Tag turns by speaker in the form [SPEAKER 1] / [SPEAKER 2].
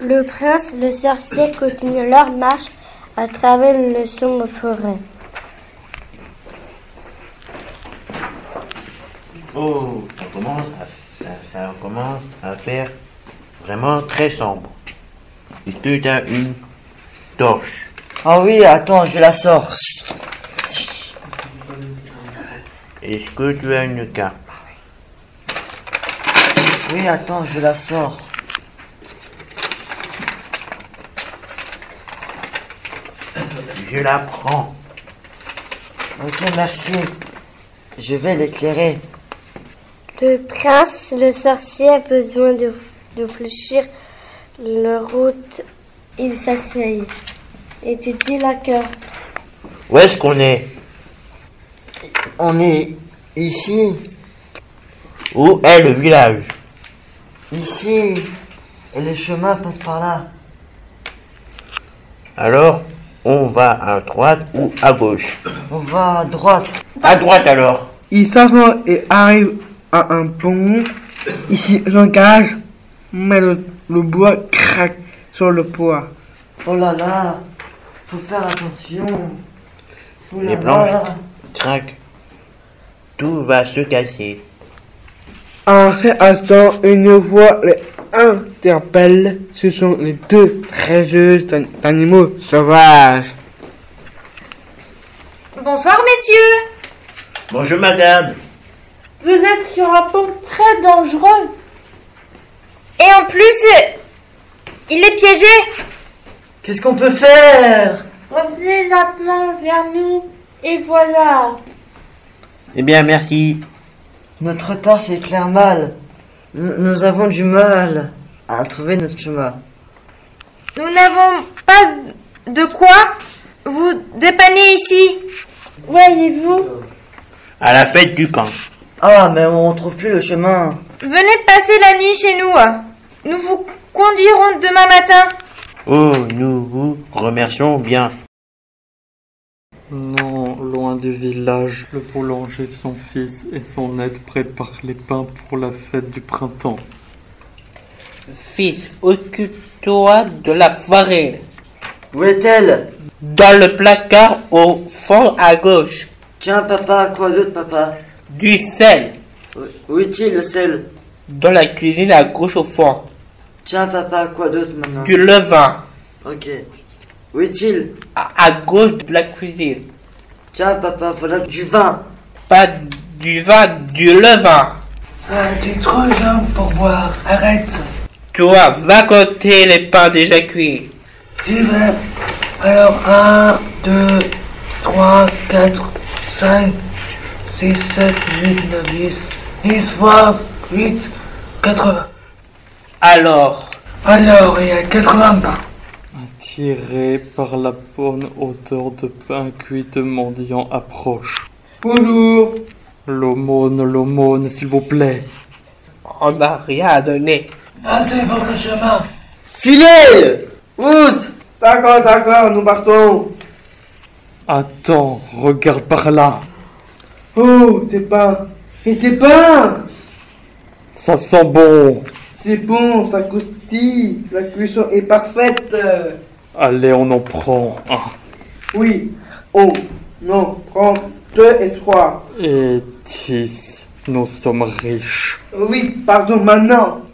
[SPEAKER 1] Le prince, le sorcier continuent leur marche à travers le sombre forêt.
[SPEAKER 2] Oh, ça commence, à, ça, ça commence à faire vraiment très sombre. Et tu as une torche.
[SPEAKER 3] Ah oui, attends, je la sors.
[SPEAKER 2] Est-ce que tu as une carte
[SPEAKER 3] Oui, attends, je la sors.
[SPEAKER 2] Je la prends.
[SPEAKER 3] Ok, merci. Je vais l'éclairer.
[SPEAKER 1] Le prince, le sorcier a besoin de, de fléchir leur route. Il s'asseye. Étudie la carte.
[SPEAKER 2] Où est-ce qu'on est
[SPEAKER 3] On est ici,
[SPEAKER 2] Où est le village
[SPEAKER 3] ici. Et le chemin passe par là.
[SPEAKER 2] Alors, on va à droite ou à gauche
[SPEAKER 3] On va à droite.
[SPEAKER 2] À droite alors.
[SPEAKER 4] Ils s'avancent et arrivent à un pont. Ils s'y engagent, mais le, le bois craque sur le poids.
[SPEAKER 3] Oh là là, faut faire attention. Oh là
[SPEAKER 2] Les
[SPEAKER 3] là.
[SPEAKER 2] planches craquent. Tout va se casser.
[SPEAKER 4] À cet instant, une voix les interpelle. Ce sont les deux trésors d'an- d'animaux sauvages.
[SPEAKER 5] Bonsoir messieurs
[SPEAKER 2] Bonjour madame.
[SPEAKER 6] Vous êtes sur un pont très dangereux.
[SPEAKER 5] Et en plus, euh, il est piégé
[SPEAKER 3] Qu'est-ce qu'on peut faire
[SPEAKER 6] Revenez maintenant vers nous. Et voilà.
[SPEAKER 2] Eh bien, merci.
[SPEAKER 3] Notre torche éclaire mal. Nous- nous avons du mal à trouver notre chemin.
[SPEAKER 5] Nous n'avons pas de quoi vous dépanner ici
[SPEAKER 6] Voyez-vous,
[SPEAKER 2] À la fête du camp.
[SPEAKER 3] Ah, mais on trouve plus le chemin.
[SPEAKER 5] Venez passer la nuit chez nous. Nous vous conduirons demain matin.
[SPEAKER 2] Oh, nous vous remercions bien.
[SPEAKER 7] Non, loin du village, le boulanger, son fils et son aide préparent les pains pour la fête du printemps.
[SPEAKER 8] Fils, occupe-toi de la farine.
[SPEAKER 3] Où est-elle
[SPEAKER 8] Dans le placard au fond à gauche.
[SPEAKER 3] Tiens, papa, quoi d'autre, papa
[SPEAKER 8] Du sel.
[SPEAKER 3] Où- Où est-il le sel
[SPEAKER 8] Dans la cuisine à gauche au fond.
[SPEAKER 3] Tiens, papa, quoi d'autre maintenant
[SPEAKER 8] Du levain.
[SPEAKER 3] Ok. Où est-il
[SPEAKER 8] À, à gauche de la cuisine.
[SPEAKER 3] Tiens, papa, voilà du vin.
[SPEAKER 8] Pas du vin, du levain. tu es trop jeune pour boire. Arrête. Toi, va compter les pains déjà cuits.
[SPEAKER 9] J'y vais. Alors, 1, 2, 3, 4, 5, 6, 7, 8, 9, 10. 10 fois 8, 80.
[SPEAKER 8] Alors,
[SPEAKER 9] Alors, il y a 80 pains.
[SPEAKER 7] Attiré par la bonne odeur de pain cuit, de mendiant approche.
[SPEAKER 4] Bonjour.
[SPEAKER 7] L'aumône, l'aumône, s'il vous plaît.
[SPEAKER 8] on n'a rien à donner.
[SPEAKER 9] Passez votre chemin.
[SPEAKER 3] Filez Oust
[SPEAKER 4] D'accord, d'accord, nous partons.
[SPEAKER 7] Attends, regarde par là.
[SPEAKER 4] Oh, tes pains. Mais tes pains
[SPEAKER 7] Ça sent bon.
[SPEAKER 4] C'est bon, ça croustille. La cuisson est parfaite.
[SPEAKER 7] Allez, on en prend un.
[SPEAKER 4] Oui. Oh, non. Prends deux et trois.
[SPEAKER 7] Et 10. Nous sommes riches.
[SPEAKER 4] Oui, pardon, maintenant.